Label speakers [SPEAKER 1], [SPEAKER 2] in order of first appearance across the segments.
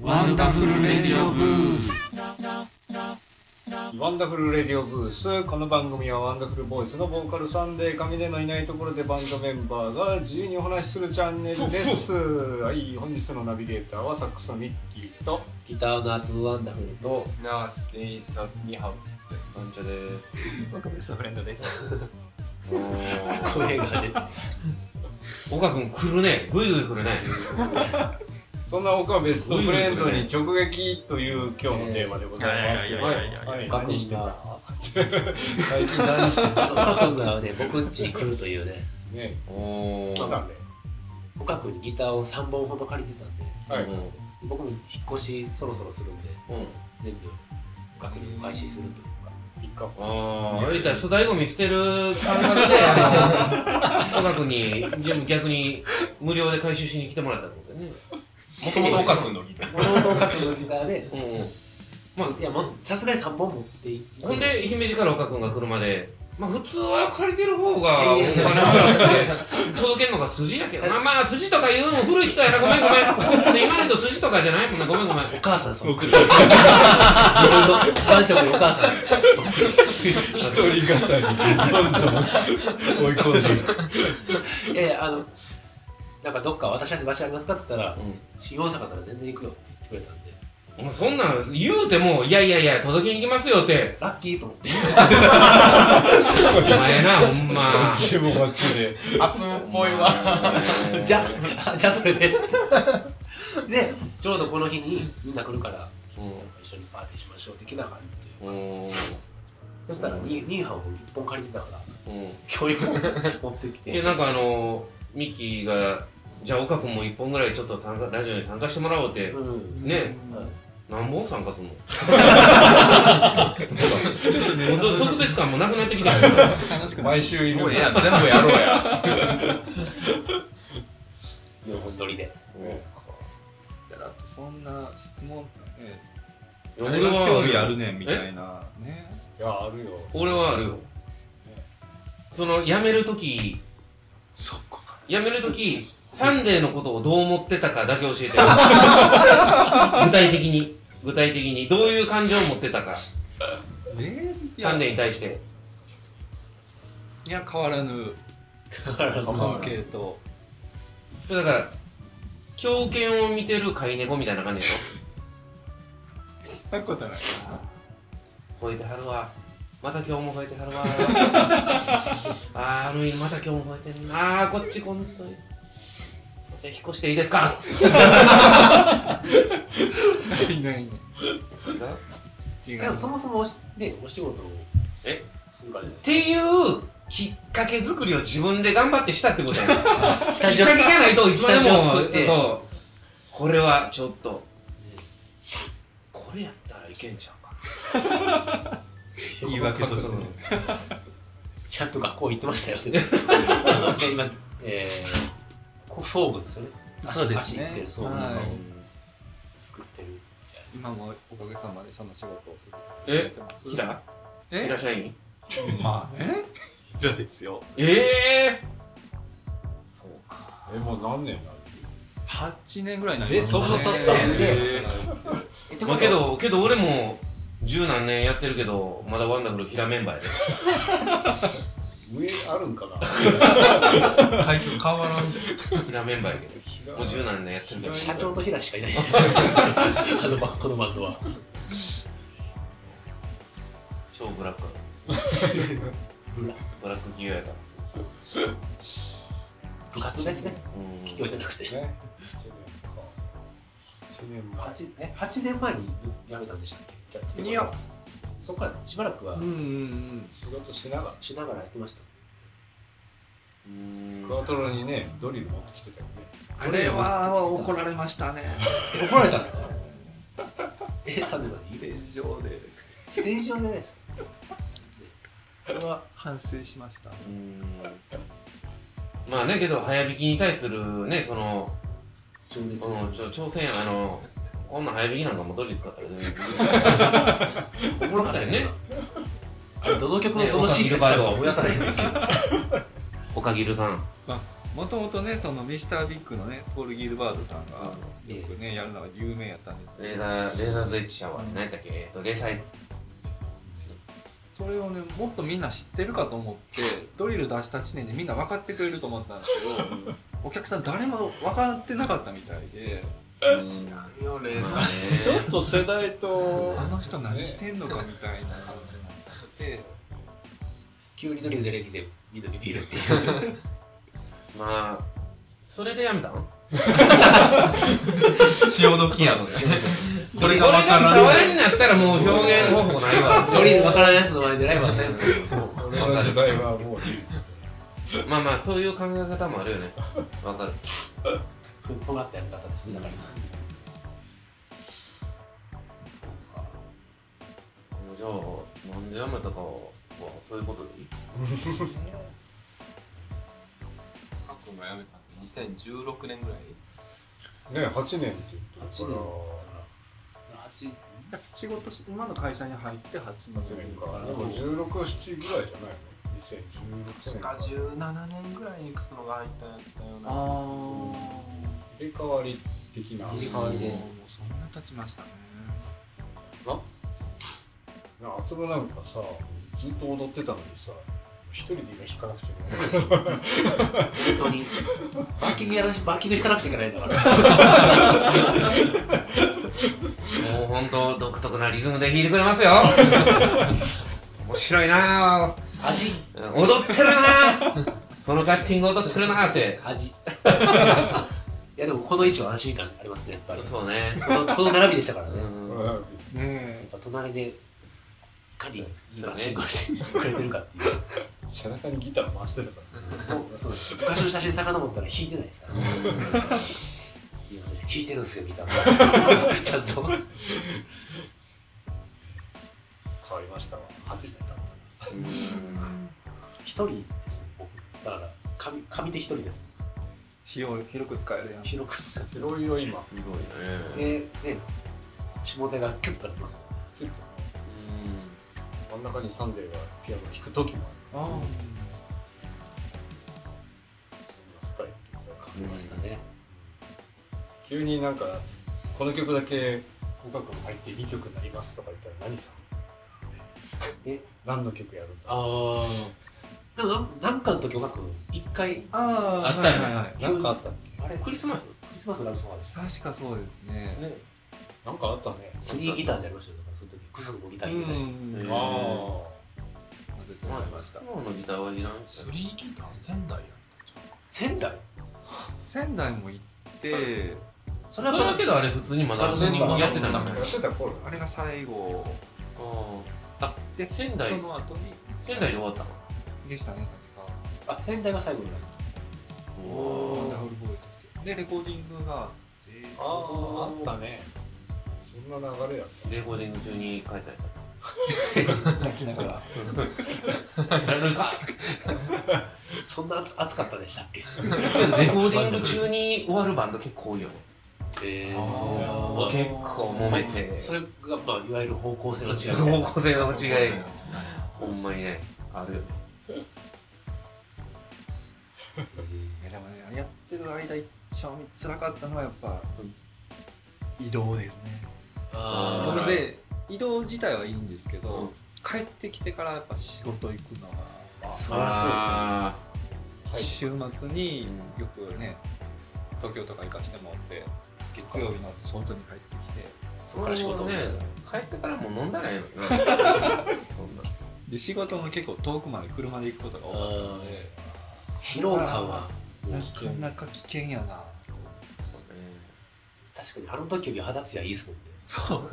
[SPEAKER 1] ワンダフルレディオブース
[SPEAKER 2] ワンダフルレディオブースこの番組はワンダフルボーイスのボーカルサンデー神でのいないところでバンドメンバーが自由にお話しするチャンネルですはい本日のナビゲーターはサックスのミッキーと
[SPEAKER 3] ギターの厚むワンダフルと
[SPEAKER 4] ナースでいたにハ
[SPEAKER 3] なんちゃで
[SPEAKER 4] 僕ベストフレンドです。
[SPEAKER 3] 声が出て岡君来るねぐいぐい来るね
[SPEAKER 2] そんな僕はベストフレンドに直撃という今日のテーマでございます
[SPEAKER 4] はいはいはいはい
[SPEAKER 2] はい
[SPEAKER 3] 岡
[SPEAKER 2] 何し
[SPEAKER 3] 君
[SPEAKER 2] てた
[SPEAKER 3] が
[SPEAKER 2] 最近何してた
[SPEAKER 3] 岡君がね僕ん家に来るというね
[SPEAKER 2] ね
[SPEAKER 3] お
[SPEAKER 2] 来たんで
[SPEAKER 3] 岡君にギターを3本ほど借りてたんで
[SPEAKER 2] はい
[SPEAKER 3] うん僕も引っ越しそろそろするんで全部岡君にお返しするというか
[SPEAKER 2] ピックアップ
[SPEAKER 3] ああ、やりたい、粗大ゴミ捨てる感覚で、あの、岡君に、でも逆に無料で回収しに来てもらったってことだよね。
[SPEAKER 4] もともと岡君のギター。
[SPEAKER 3] もともと岡君のギターで、
[SPEAKER 4] うん。
[SPEAKER 3] まあ、いや、もうさすがに3本持ってい
[SPEAKER 1] ほんで姫路から岡君が車でまあ普通は借りてる方がお金払って届けるのが筋やけどまあまあ筋とか言うのも古い人やなごめんご めんで今の人筋とかじゃないもんなごめんごめん
[SPEAKER 3] お母さんそっくり自分の番長のお母さんそっくり
[SPEAKER 4] 一人語りどんどん追い込んでいく。
[SPEAKER 3] ええあのなんかどっか私たち場所ありますかっつったら、新大阪から全然行くよって言ってくれたんで
[SPEAKER 1] もうそんなの言うてもいやいやいや届けに行きますよって
[SPEAKER 3] ラッキーと思って
[SPEAKER 1] お前なほんま
[SPEAKER 2] 自分はちで
[SPEAKER 4] 熱っぽいわ。
[SPEAKER 3] じゃあじゃあそれです でちょうどこの日にみんな来るから、なんか一緒にパーティーしましょう的な感じで
[SPEAKER 1] うん
[SPEAKER 3] そしたらニニーハンを1本借りてたから
[SPEAKER 1] うん
[SPEAKER 3] 教育 持ってき
[SPEAKER 1] で
[SPEAKER 3] て
[SPEAKER 1] なんかあのミッキーがじゃあ岡君も一本ぐらいちょっと参加ラジオに参加してもらおうって
[SPEAKER 3] うん
[SPEAKER 1] ね
[SPEAKER 3] はい
[SPEAKER 1] 何本参加する のもう特別感もなくなってきてる
[SPEAKER 2] 毎週いる
[SPEAKER 4] もういや、全部やろうや。
[SPEAKER 3] 四本取りで
[SPEAKER 2] いやだってそんな質問ね
[SPEAKER 4] あれは興味あるねんみたいな。ね。
[SPEAKER 2] いやあるよ
[SPEAKER 1] 俺はあるよその辞める時辞める時サンデーのことをどう思ってたかだけ教え て具体的に具体的にどういう感情を持ってたか
[SPEAKER 4] えーい
[SPEAKER 1] サン
[SPEAKER 4] や、
[SPEAKER 1] デーに対して
[SPEAKER 4] いや変わらぬ 尊敬と。
[SPEAKER 1] それだから狂犬を見てる飼い猫みたいな感じでしょ
[SPEAKER 4] そういうことない。
[SPEAKER 1] 吠えてはるわまた今日も吠えては るわあーあの犬また今日も吠えてるなあーこっちこんな人いるすいません引っ越していいですか
[SPEAKER 4] いないね。
[SPEAKER 1] 違う
[SPEAKER 4] 違
[SPEAKER 3] でもそもそもおしねお仕事を
[SPEAKER 1] え
[SPEAKER 3] するからじゃない
[SPEAKER 1] っていうきっかけ作りを自分で頑張ってしたってことやね
[SPEAKER 3] ス
[SPEAKER 1] きっかけがないといつま
[SPEAKER 3] ス
[SPEAKER 1] で
[SPEAKER 3] タジオ
[SPEAKER 1] も
[SPEAKER 3] を作って
[SPEAKER 1] そうこれはちょっとこれやったらいけんちゃうか
[SPEAKER 4] 言い訳としてね。
[SPEAKER 3] ちゃんと学校行ってましたよ。で今、えー、こ装具ですよね。
[SPEAKER 4] そうです
[SPEAKER 3] 足
[SPEAKER 4] ね
[SPEAKER 3] につける装具とかを
[SPEAKER 4] はい
[SPEAKER 3] 作ってるじゃないですか。
[SPEAKER 4] 今もおかげさまでその仕事を
[SPEAKER 1] え
[SPEAKER 4] 続けてます。
[SPEAKER 1] ひらひ
[SPEAKER 4] え
[SPEAKER 1] ら社員
[SPEAKER 4] まあね。ひらですよ。
[SPEAKER 1] ええ
[SPEAKER 3] そう
[SPEAKER 2] えもう何年だ
[SPEAKER 4] 8年ぐらいになります
[SPEAKER 2] えそんな経
[SPEAKER 3] ったの
[SPEAKER 2] え
[SPEAKER 3] えって
[SPEAKER 1] ー、
[SPEAKER 3] こ
[SPEAKER 1] まあ
[SPEAKER 3] と
[SPEAKER 1] けどけど俺も十何年やってるけどまだワンダフルキラメンバーやで
[SPEAKER 2] 上あるんかな
[SPEAKER 4] 階級変わらん
[SPEAKER 1] キラメンバーやけどもう十何年やってるけど
[SPEAKER 3] 社長と平しかいないし、 あのバこのバンドは。
[SPEAKER 1] 超 ブラック
[SPEAKER 3] ブラ
[SPEAKER 1] ブラック企業やから
[SPEAKER 3] 部活ですね。
[SPEAKER 1] うん
[SPEAKER 3] 企業じゃなくて。
[SPEAKER 2] ね1年か1年
[SPEAKER 3] 八
[SPEAKER 2] 前
[SPEAKER 3] え八年前に辞めたんでしたっけ？じゃあ
[SPEAKER 4] いや。
[SPEAKER 3] そこからしばらくは
[SPEAKER 4] うんうんうん
[SPEAKER 2] 仕事しながら
[SPEAKER 3] しながらやってました。
[SPEAKER 1] うん
[SPEAKER 2] クワトロにねドリル持ってきてたよね
[SPEAKER 4] あれは怒られましたね
[SPEAKER 3] え怒られたんですか？えサンデさん
[SPEAKER 4] ステージ上で
[SPEAKER 3] ステージ上でないですか。それは
[SPEAKER 4] 反省しました
[SPEAKER 1] まあねけど早引きに対するねその
[SPEAKER 3] 超絶です
[SPEAKER 1] こ
[SPEAKER 3] よ
[SPEAKER 1] のちょ挑戦あのこんな早引きなんかもうドリル使ったら全 然
[SPEAKER 3] おもろかったよね。あれ、どの曲のどのシーンか思い出さない。
[SPEAKER 1] おかぎるさん
[SPEAKER 4] あもともとねそのミスタービッグのねポール・ギルバートさんが
[SPEAKER 1] うん
[SPEAKER 4] よくねやるのが有名やったんです
[SPEAKER 1] レ
[SPEAKER 4] け
[SPEAKER 1] ー
[SPEAKER 4] ど
[SPEAKER 1] ザーレーザーズエッジシャワーね何だっけえっとレーサーエッジ
[SPEAKER 4] それをねもっとみんな知ってるかと思ってドリル出した時点でみんな分かってくれると思ったんですけどお客さん誰も分かってなかったみたいで
[SPEAKER 3] 知らんよレー
[SPEAKER 1] ま
[SPEAKER 3] ザ
[SPEAKER 1] あ
[SPEAKER 3] ー
[SPEAKER 1] ね
[SPEAKER 2] ちょっと世代と
[SPEAKER 4] あの人何してんのかみたいな感じになっちゃって
[SPEAKER 3] 急にドリル出てきてみんなビビるっていう
[SPEAKER 1] まあそれでやめたん
[SPEAKER 5] 潮時やのねどれが
[SPEAKER 1] こ
[SPEAKER 5] わからん
[SPEAKER 1] 触れになったらもう表現方法ないわ
[SPEAKER 3] ドリルわからんやつの前でライブはせんっていうもう
[SPEAKER 2] 俺の時代はもう
[SPEAKER 1] まあまあそういう考え方もあるよねわかる
[SPEAKER 3] 尖ったやり方ですねだから
[SPEAKER 1] じゃあなんでやめたかはそういうことでいい
[SPEAKER 5] カッコンがやめたんで2016年ぐらい
[SPEAKER 2] ね8年って言って
[SPEAKER 3] 8年
[SPEAKER 2] るか
[SPEAKER 3] っ
[SPEAKER 2] ら
[SPEAKER 3] つったら8
[SPEAKER 4] 仕事し今の会社に入って8
[SPEAKER 2] 8年かでも16、7ぐらいじゃないの2016年か
[SPEAKER 5] 17年ぐらいにクスノが入ったんやったよ
[SPEAKER 4] ああ
[SPEAKER 2] 入れ替わり的な
[SPEAKER 3] 入れ替わりで
[SPEAKER 4] もうそんな経ちましたね
[SPEAKER 2] な厚部なんかさずっと踊ってたのにさ一人で今弾かなくちゃいけない
[SPEAKER 3] 年本当にバッキングやらしバッキング引かなくちゃいけないんだから
[SPEAKER 1] もうほんと独特なリズムで弾いてくれますよ 面白いなぁ
[SPEAKER 3] 味
[SPEAKER 1] 踊ってるなぁそのカッティング踊ってるなぁっ て
[SPEAKER 3] 味いやでもこの位置は安心感ありますねやっぱりこ
[SPEAKER 1] そうね
[SPEAKER 3] のこの並びでしたからね、
[SPEAKER 1] う
[SPEAKER 3] やっ
[SPEAKER 1] ん
[SPEAKER 4] ね
[SPEAKER 2] ね
[SPEAKER 4] え
[SPEAKER 3] ぱ隣でいかに
[SPEAKER 1] そう
[SPEAKER 3] 今
[SPEAKER 1] ね
[SPEAKER 3] 結婚してくれてるかっていう
[SPEAKER 2] 背中にギター回してたか
[SPEAKER 3] もうそう昔の写真遡ったら弾いてないですから、ね、今ね弾いてるんですよ ギターがちゃんと
[SPEAKER 2] ら変わりましたわ
[SPEAKER 3] 初めてだった一人ですよ僕だから紙紙手一人です
[SPEAKER 4] 使用広く使えるやん
[SPEAKER 3] 広く使っ
[SPEAKER 2] いろいろ今
[SPEAKER 1] すごい
[SPEAKER 3] て
[SPEAKER 1] ね
[SPEAKER 3] でね下手がキュッとなってますもんね
[SPEAKER 2] 真ん中にサンデーがピアノを弾く時もある
[SPEAKER 4] あ
[SPEAKER 2] そんなスタイルでございま
[SPEAKER 3] か
[SPEAKER 2] す
[SPEAKER 3] すりましたね、
[SPEAKER 2] 急になんかこの曲だけ音楽が入って2曲になりますとか言ったら何さ
[SPEAKER 3] え
[SPEAKER 2] 何の曲やるんだ
[SPEAKER 3] ああなんかなんかの時音楽一回
[SPEAKER 4] ああ
[SPEAKER 1] あったよね
[SPEAKER 4] はいはいはい
[SPEAKER 2] なんかあったっけ
[SPEAKER 3] あれク
[SPEAKER 1] ク
[SPEAKER 3] リ
[SPEAKER 1] リ
[SPEAKER 3] ス
[SPEAKER 1] スマス
[SPEAKER 3] クリスマスのラブソングでした
[SPEAKER 4] 確かそうですね
[SPEAKER 1] ね
[SPEAKER 2] なんかあったね
[SPEAKER 3] スリーギターでやりましたよだからその時クスのギターに出して
[SPEAKER 1] うん
[SPEAKER 2] ああ
[SPEAKER 4] 混ぜても
[SPEAKER 1] ま
[SPEAKER 4] らい
[SPEAKER 1] あ
[SPEAKER 4] まし
[SPEAKER 1] ス
[SPEAKER 4] た
[SPEAKER 1] ノーのギターはいらんし
[SPEAKER 5] スリーギター仙台やったんちゃ
[SPEAKER 3] 仙台
[SPEAKER 4] 仙台も行って
[SPEAKER 3] それ
[SPEAKER 1] そ
[SPEAKER 3] は
[SPEAKER 1] れだけどあれ普通にまだ
[SPEAKER 5] あ普通に
[SPEAKER 1] やってたんだ
[SPEAKER 5] やって
[SPEAKER 2] やってた頃
[SPEAKER 4] あれが最後
[SPEAKER 1] あで仙台
[SPEAKER 4] その後に
[SPEAKER 1] 仙台で終わったの
[SPEAKER 4] でしたね確か
[SPEAKER 3] あ仙台が最後になる
[SPEAKER 4] ワン
[SPEAKER 3] お
[SPEAKER 4] ダフルボーイズとしてでレコーディングがあって
[SPEAKER 2] あああったねそんな流れやつ
[SPEAKER 1] レコーディング中に書いてあっ
[SPEAKER 3] 泣きながら
[SPEAKER 1] たやるか
[SPEAKER 3] そんな熱熱かったでしたっけ
[SPEAKER 1] けどレコーディング中に終わるバンド結構多いよね
[SPEAKER 3] え
[SPEAKER 1] もう結構揉めて
[SPEAKER 3] それがまあいわゆる方向性の違いみたい
[SPEAKER 1] 方
[SPEAKER 3] な
[SPEAKER 1] 向性の
[SPEAKER 5] う
[SPEAKER 1] 違いほんまにねあるよね
[SPEAKER 4] いやでもねやってる間一番辛かったのはやっぱ、移動ですね
[SPEAKER 3] あー
[SPEAKER 4] そ
[SPEAKER 1] ー
[SPEAKER 4] れで移動自体はいいんですけど、帰ってきてからやっぱ仕事行くのが、
[SPEAKER 3] 素晴らしいですね
[SPEAKER 1] あ
[SPEAKER 4] 週末によくね東京とか行かしてもらって月曜日の早朝に帰ってきて
[SPEAKER 1] ー
[SPEAKER 3] そっから仕事み
[SPEAKER 1] ね
[SPEAKER 3] たいな
[SPEAKER 1] 帰ってからもう飲んだらええのになそんな
[SPEAKER 4] で仕事も結構遠くまで車で行くことが多かったので
[SPEAKER 3] 疲労感は
[SPEAKER 4] なかなか危険やな
[SPEAKER 1] そうね
[SPEAKER 3] 確かにあの時より肌ツヤいいですもんね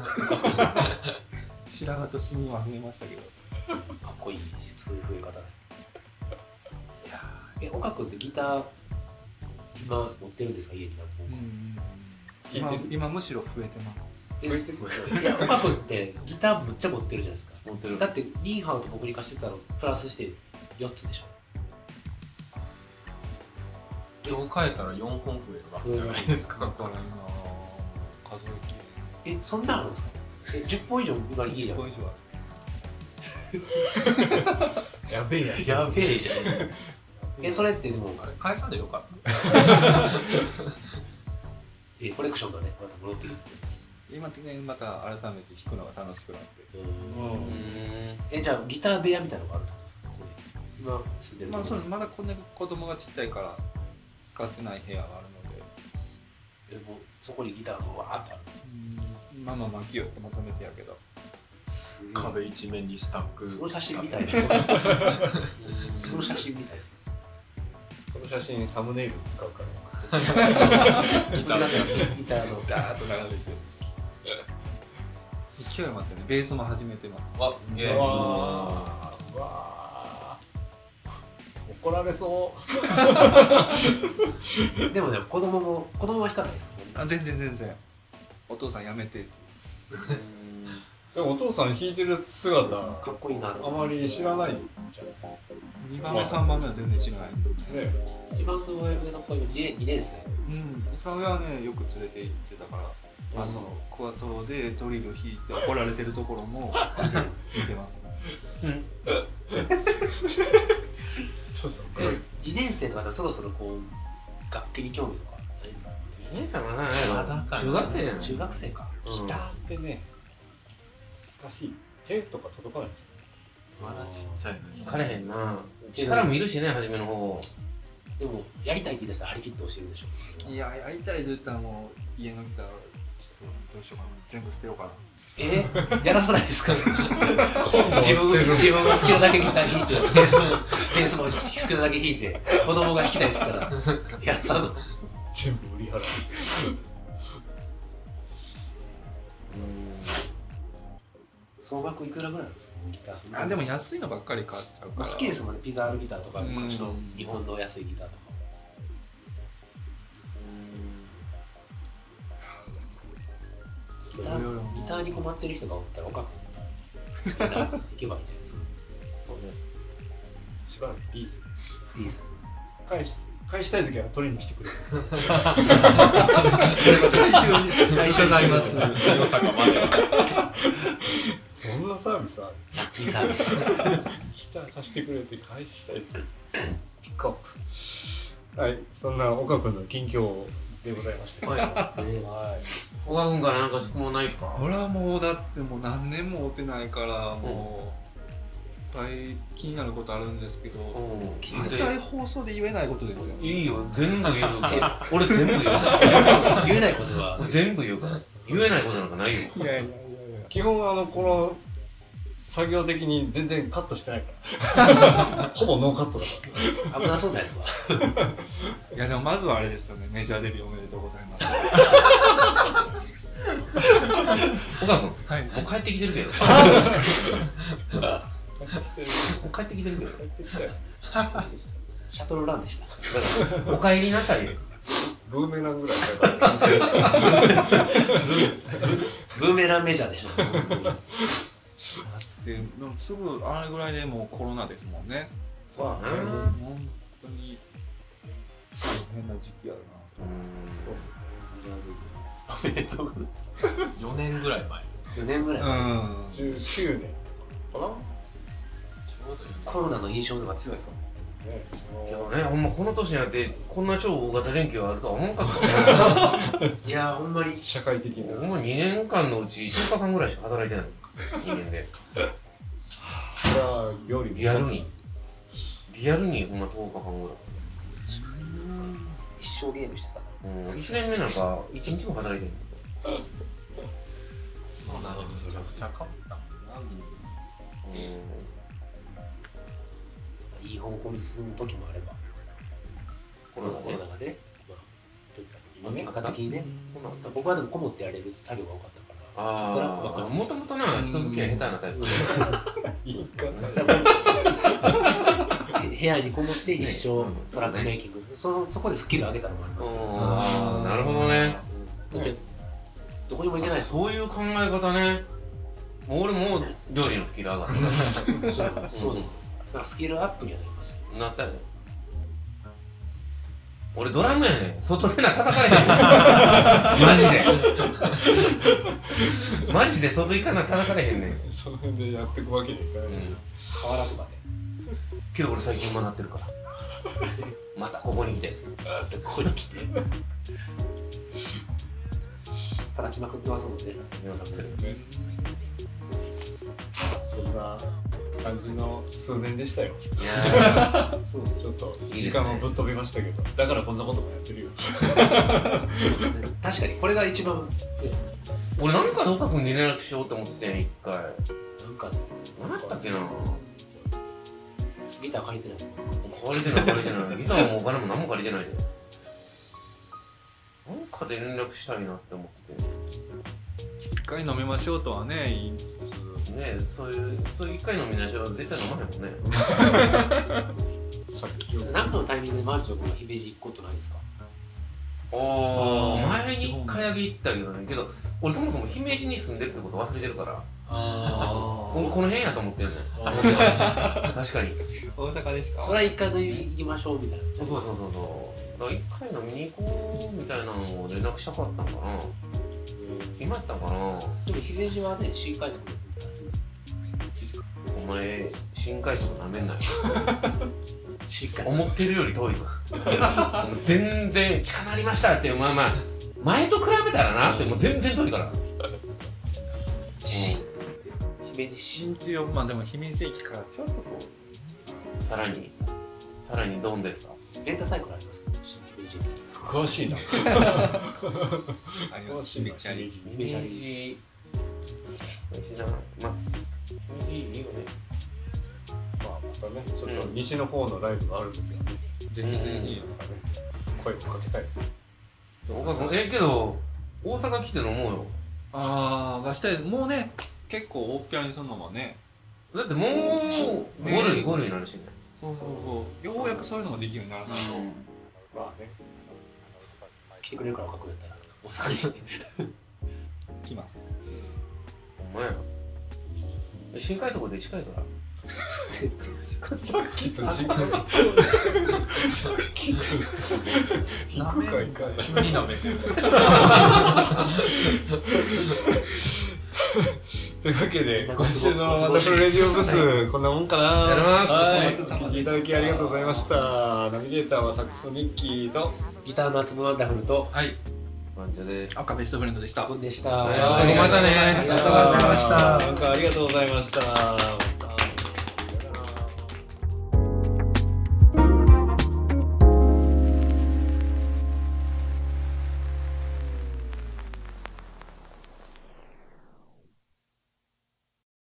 [SPEAKER 4] 白髪とシミは増えましたけど
[SPEAKER 3] かっこいいしそういう増え方だいやーえ岡君ってギター今持ってるんですか家に何本か、
[SPEAKER 2] 聞いてる
[SPEAKER 4] 今今むしろ増えてます
[SPEAKER 3] です いや岡君ってギターむっちゃ持ってるじゃないですか
[SPEAKER 1] 持ってる
[SPEAKER 3] だってリンハーと僕に貸してたのプラスして4つでしょ
[SPEAKER 5] 今日変えたら4本増えるわけじゃないです
[SPEAKER 4] だ
[SPEAKER 5] か
[SPEAKER 4] から今数えきれ
[SPEAKER 3] えそんなんあるんですかえ10本以上今家に
[SPEAKER 4] 10
[SPEAKER 3] ある
[SPEAKER 4] 本以上ある
[SPEAKER 2] やべえや
[SPEAKER 3] やべえじゃないですか
[SPEAKER 2] や
[SPEAKER 3] えそれってでも
[SPEAKER 5] あれ返さんでよかった
[SPEAKER 3] えコレクションがねまた戻ってきて
[SPEAKER 4] 今ねまた改めて弾くのが楽しくなって
[SPEAKER 1] う
[SPEAKER 3] えじゃあギター部屋みたいなのがあるってことですかここで今住んでると
[SPEAKER 4] まあ
[SPEAKER 3] こ
[SPEAKER 4] そ
[SPEAKER 3] ろ
[SPEAKER 4] のまだこんな子供がちっちゃいから使ってない部屋があるので
[SPEAKER 3] えもうそこにギターがうわーってある
[SPEAKER 4] ママ巻きよってまとめてやけど
[SPEAKER 3] すごい
[SPEAKER 5] 壁一面にスタック
[SPEAKER 3] その写真み たいなその写真みたいです
[SPEAKER 2] その写真サムネイル使うから送って
[SPEAKER 3] ギターのギターの
[SPEAKER 4] ダーッと並べて勢いもあってねベースも始めてます
[SPEAKER 5] わすげえ
[SPEAKER 2] うわーうわー怒られそう
[SPEAKER 3] でもね子供も子供は弾かないですか
[SPEAKER 4] あ全然全然お父さんやめてって
[SPEAKER 2] でもお父さん弾いてる姿あ
[SPEAKER 3] かっこいいなと思って
[SPEAKER 2] まり知らないね
[SPEAKER 4] 2番目3番目は全然知らないですね
[SPEAKER 3] 一番上の子は2年 ,2 年生
[SPEAKER 4] うん一番上はねよく連れて行ってたからあ
[SPEAKER 3] そう
[SPEAKER 4] のクワトロでドリル弾いて怒られてるところ も見てますね
[SPEAKER 2] そうそう
[SPEAKER 3] 2年生とかだとそろそろこう楽器に興味とかないですか
[SPEAKER 1] 姉さんはな
[SPEAKER 5] まだかな
[SPEAKER 1] 中学生やな
[SPEAKER 3] 中学生か
[SPEAKER 1] うん
[SPEAKER 2] ギターってね難しい手とか届かないんですよ
[SPEAKER 5] まだちっちゃいのに
[SPEAKER 1] 聞かれへんな力もいるしね初めの方
[SPEAKER 3] でもやりたいって言い出したら張り切って教えるでしょ
[SPEAKER 4] いややりたいと言ったらもう家のギターちょっとどうしようかな全部捨てようかな
[SPEAKER 3] えやらさないですか自分自分が好きなだけギター弾いてベースもベースも好きなだけ弾いて子供が弾きたいっつった らやらさんの
[SPEAKER 2] 全部売り払う
[SPEAKER 3] 総額いくらぐらいなんですかギターそんな
[SPEAKER 4] あでも安いのばっかり買っちゃうか
[SPEAKER 3] ま
[SPEAKER 4] ら
[SPEAKER 3] あ好きですもんねピザールギターとか
[SPEAKER 4] う
[SPEAKER 3] こ
[SPEAKER 4] ん
[SPEAKER 3] っちの日本の安いギターとかギタ
[SPEAKER 4] いろいろ
[SPEAKER 3] ーギターに困ってる人がおったら岡君みたいな行けばいいんじゃないですか
[SPEAKER 2] そうねしばらくリース
[SPEAKER 3] いいです
[SPEAKER 2] 返し返したい時は取りに来てくれる
[SPEAKER 3] 大丈夫ますラ
[SPEAKER 5] 強さがまだ
[SPEAKER 2] そんなサービスある
[SPEAKER 3] ッキーサービス
[SPEAKER 2] ギター貸してくれて返したい時 ピックアップはいそんな岡君の近況でございました
[SPEAKER 1] 小川君からなんか質問ないですか
[SPEAKER 4] 俺はもうだってもう何年も会ってないからもう、いっぱい気になることあるんですけど、絶対放送で言えないことですよね
[SPEAKER 1] いいよ全部言 うから俺全部言うから
[SPEAKER 3] 言えないことは
[SPEAKER 1] 全部言うから言えないことなんかないよ
[SPEAKER 4] いやいやいや
[SPEAKER 2] 基本あのこの作業的に全然カットしてないからほぼノーカットだから
[SPEAKER 3] 危なそうなやつはい
[SPEAKER 4] やでもまずはあれですよねメジャーデビューおめでとうございます
[SPEAKER 1] 岡君、
[SPEAKER 4] はい
[SPEAKER 1] もう帰ってきてるけど。も
[SPEAKER 2] 帰ってきてる
[SPEAKER 1] う帰ってきてるけど。
[SPEAKER 2] 帰ってきたよ
[SPEAKER 3] シャトルランでした
[SPEAKER 1] お帰りなさいよ。
[SPEAKER 2] ブーメランぐらいだから
[SPEAKER 3] ブーメランメジャーで した
[SPEAKER 4] ででもすぐあれぐらいでもうコロナですもんね
[SPEAKER 2] そうだね
[SPEAKER 1] う
[SPEAKER 4] 本当に大変な時期やるな
[SPEAKER 2] そうっすね
[SPEAKER 3] おめでとうございま
[SPEAKER 5] 4年ぐらい前
[SPEAKER 3] す4年ぐらい前
[SPEAKER 4] うん
[SPEAKER 2] 19年
[SPEAKER 5] ちょ
[SPEAKER 2] かな
[SPEAKER 5] うど4
[SPEAKER 3] コロナの印象の方が強いですもん
[SPEAKER 2] ねそ
[SPEAKER 1] け
[SPEAKER 2] の
[SPEAKER 1] どね、ほんまこの年になって、こんな超大型連休あるとは思わんかったね。
[SPEAKER 3] いやーほんまに
[SPEAKER 2] 社会的な
[SPEAKER 1] ほんま2年間のうち1週間ぐらいしか働いてない。人間で。
[SPEAKER 2] じゃあ料理
[SPEAKER 1] リアルに。リアルにほんま10日間ぐらい。
[SPEAKER 3] 一生ゲームしてた
[SPEAKER 1] うん、1年目なんか1日も働いてんの
[SPEAKER 5] 年前めちゃくちゃ変わったもんなみんな
[SPEAKER 3] ないい方向に進む時もあれば
[SPEAKER 1] コ
[SPEAKER 3] コ
[SPEAKER 1] ロ
[SPEAKER 3] ロ
[SPEAKER 1] ナ
[SPEAKER 3] ナ
[SPEAKER 1] で
[SPEAKER 3] コロナがねまあどういった時もね
[SPEAKER 1] うん
[SPEAKER 3] 結果的にね
[SPEAKER 1] そうなんだ。
[SPEAKER 3] 僕はでもこもってやれる作業が多かったからトラックばっ
[SPEAKER 1] あ
[SPEAKER 3] か
[SPEAKER 1] あ、
[SPEAKER 3] り
[SPEAKER 1] もともとな、人付き合い下手なタイプ。
[SPEAKER 2] いいかな
[SPEAKER 3] 部屋にこもって一生
[SPEAKER 1] ね
[SPEAKER 3] トラックメイキング、そそこでスキル上げたのもあります、
[SPEAKER 1] ああ、なるほどね。
[SPEAKER 3] だってどこにも行けないです
[SPEAKER 1] そういう考え方ねもう俺もう料理のスキル上がっ
[SPEAKER 3] もんそうですだからスキルアップにはなりますよ
[SPEAKER 1] たなったよね俺ドラムやねん外でな叩 かれへんマジでマジで外行かな叩かれへんねん、うん、
[SPEAKER 2] その辺でやってくわけにいかない、
[SPEAKER 3] 瓦とかね
[SPEAKER 1] けど俺最近学ってるからまたここに来て
[SPEAKER 3] ここに来て叩きまくってますもんね
[SPEAKER 2] そんな感じの数年でしたよ
[SPEAKER 1] いや
[SPEAKER 3] そうです
[SPEAKER 2] ちょっと時間もぶっ飛びましたけどだからこんなこともやってるよ
[SPEAKER 3] ね確かにこれが一番ね
[SPEAKER 1] ー俺なんかどっか君に連絡しようって思ってたよ一回
[SPEAKER 3] なんかね
[SPEAKER 1] 何やったっけな
[SPEAKER 3] ギター借りてないですか
[SPEAKER 1] 借りてない借りてないギターもお金も何も借りてないよなんかで連絡したいなって思ってて
[SPEAKER 4] 一回飲みましょうとはね言いつつ
[SPEAKER 1] ねえそういうそういう一回のみなしは絶対飲まへんもんね
[SPEAKER 2] さっきよ
[SPEAKER 3] なんかのタイミングでマルチョ君が姫路行くことないですか
[SPEAKER 1] あ
[SPEAKER 4] あ
[SPEAKER 1] あ
[SPEAKER 4] ー
[SPEAKER 1] 前に一回だけ行ったけどねけど俺そもそも姫路に住んでるってこと忘れてるから
[SPEAKER 3] あ
[SPEAKER 1] ここの辺やと思ってるね確かに
[SPEAKER 6] 大阪ですか
[SPEAKER 3] それは一回で行きましょうみたい
[SPEAKER 1] そ
[SPEAKER 3] な
[SPEAKER 1] うそうそうそうそうだから一回飲みに行こうみたいなのを連絡したかったのかな暇やったのかな
[SPEAKER 3] でも姫路はね新快速で行ったんですよ
[SPEAKER 1] お前新快速なめん なよ
[SPEAKER 3] 新快速
[SPEAKER 1] 思ってるより遠いぞ 全然近なりましたってまあまあ前と比べたらなってもう全然遠いから、う
[SPEAKER 3] ですか姫路市
[SPEAKER 4] 新地よまあでも姫路駅からちょっとこ
[SPEAKER 1] ん、さらにさらにどんですか
[SPEAKER 3] レンタサイクルありますけど姫路駅に
[SPEAKER 2] 詳しいな
[SPEAKER 4] うありますめっちゃいい
[SPEAKER 3] 姫路あり
[SPEAKER 1] 西西なまあ右いいよね
[SPEAKER 2] まあまたねちょっと西の方のライブがある時はね
[SPEAKER 4] ぜひぜひ
[SPEAKER 2] なんかね声をかけたいです
[SPEAKER 1] お母さんえけど大阪来て飲もうよ
[SPEAKER 4] ああがしたいもうね結構大っぴらにそのままね
[SPEAKER 1] だってもう5類5類になるしね
[SPEAKER 4] そうそうそうようやくそういうのができるようにならないと
[SPEAKER 2] まあね
[SPEAKER 3] 来てくれるから覚悟やったらお酒
[SPEAKER 4] きます
[SPEAKER 1] お前ら新快速で近いから
[SPEAKER 2] きっと時間が
[SPEAKER 4] な
[SPEAKER 2] 行くか行かない
[SPEAKER 6] 急に舐めてる
[SPEAKER 2] というわけで今週の「私のレディオブス」こんなもんか
[SPEAKER 1] や
[SPEAKER 2] な
[SPEAKER 1] ります
[SPEAKER 2] はい
[SPEAKER 6] お疲れ様
[SPEAKER 2] 聞
[SPEAKER 6] で
[SPEAKER 2] いてい
[SPEAKER 6] した
[SPEAKER 2] ただきありがとうございましたナビゲーターはサックスのミッキーと
[SPEAKER 3] ギターの厚むワンダフルと
[SPEAKER 4] はい
[SPEAKER 1] なんじゃで
[SPEAKER 4] 赤ベストフレンドでした
[SPEAKER 3] アブンでした
[SPEAKER 1] はいまたね
[SPEAKER 3] ありがとうございました
[SPEAKER 6] ありがとうございました
[SPEAKER 2] 参加ありがとうございました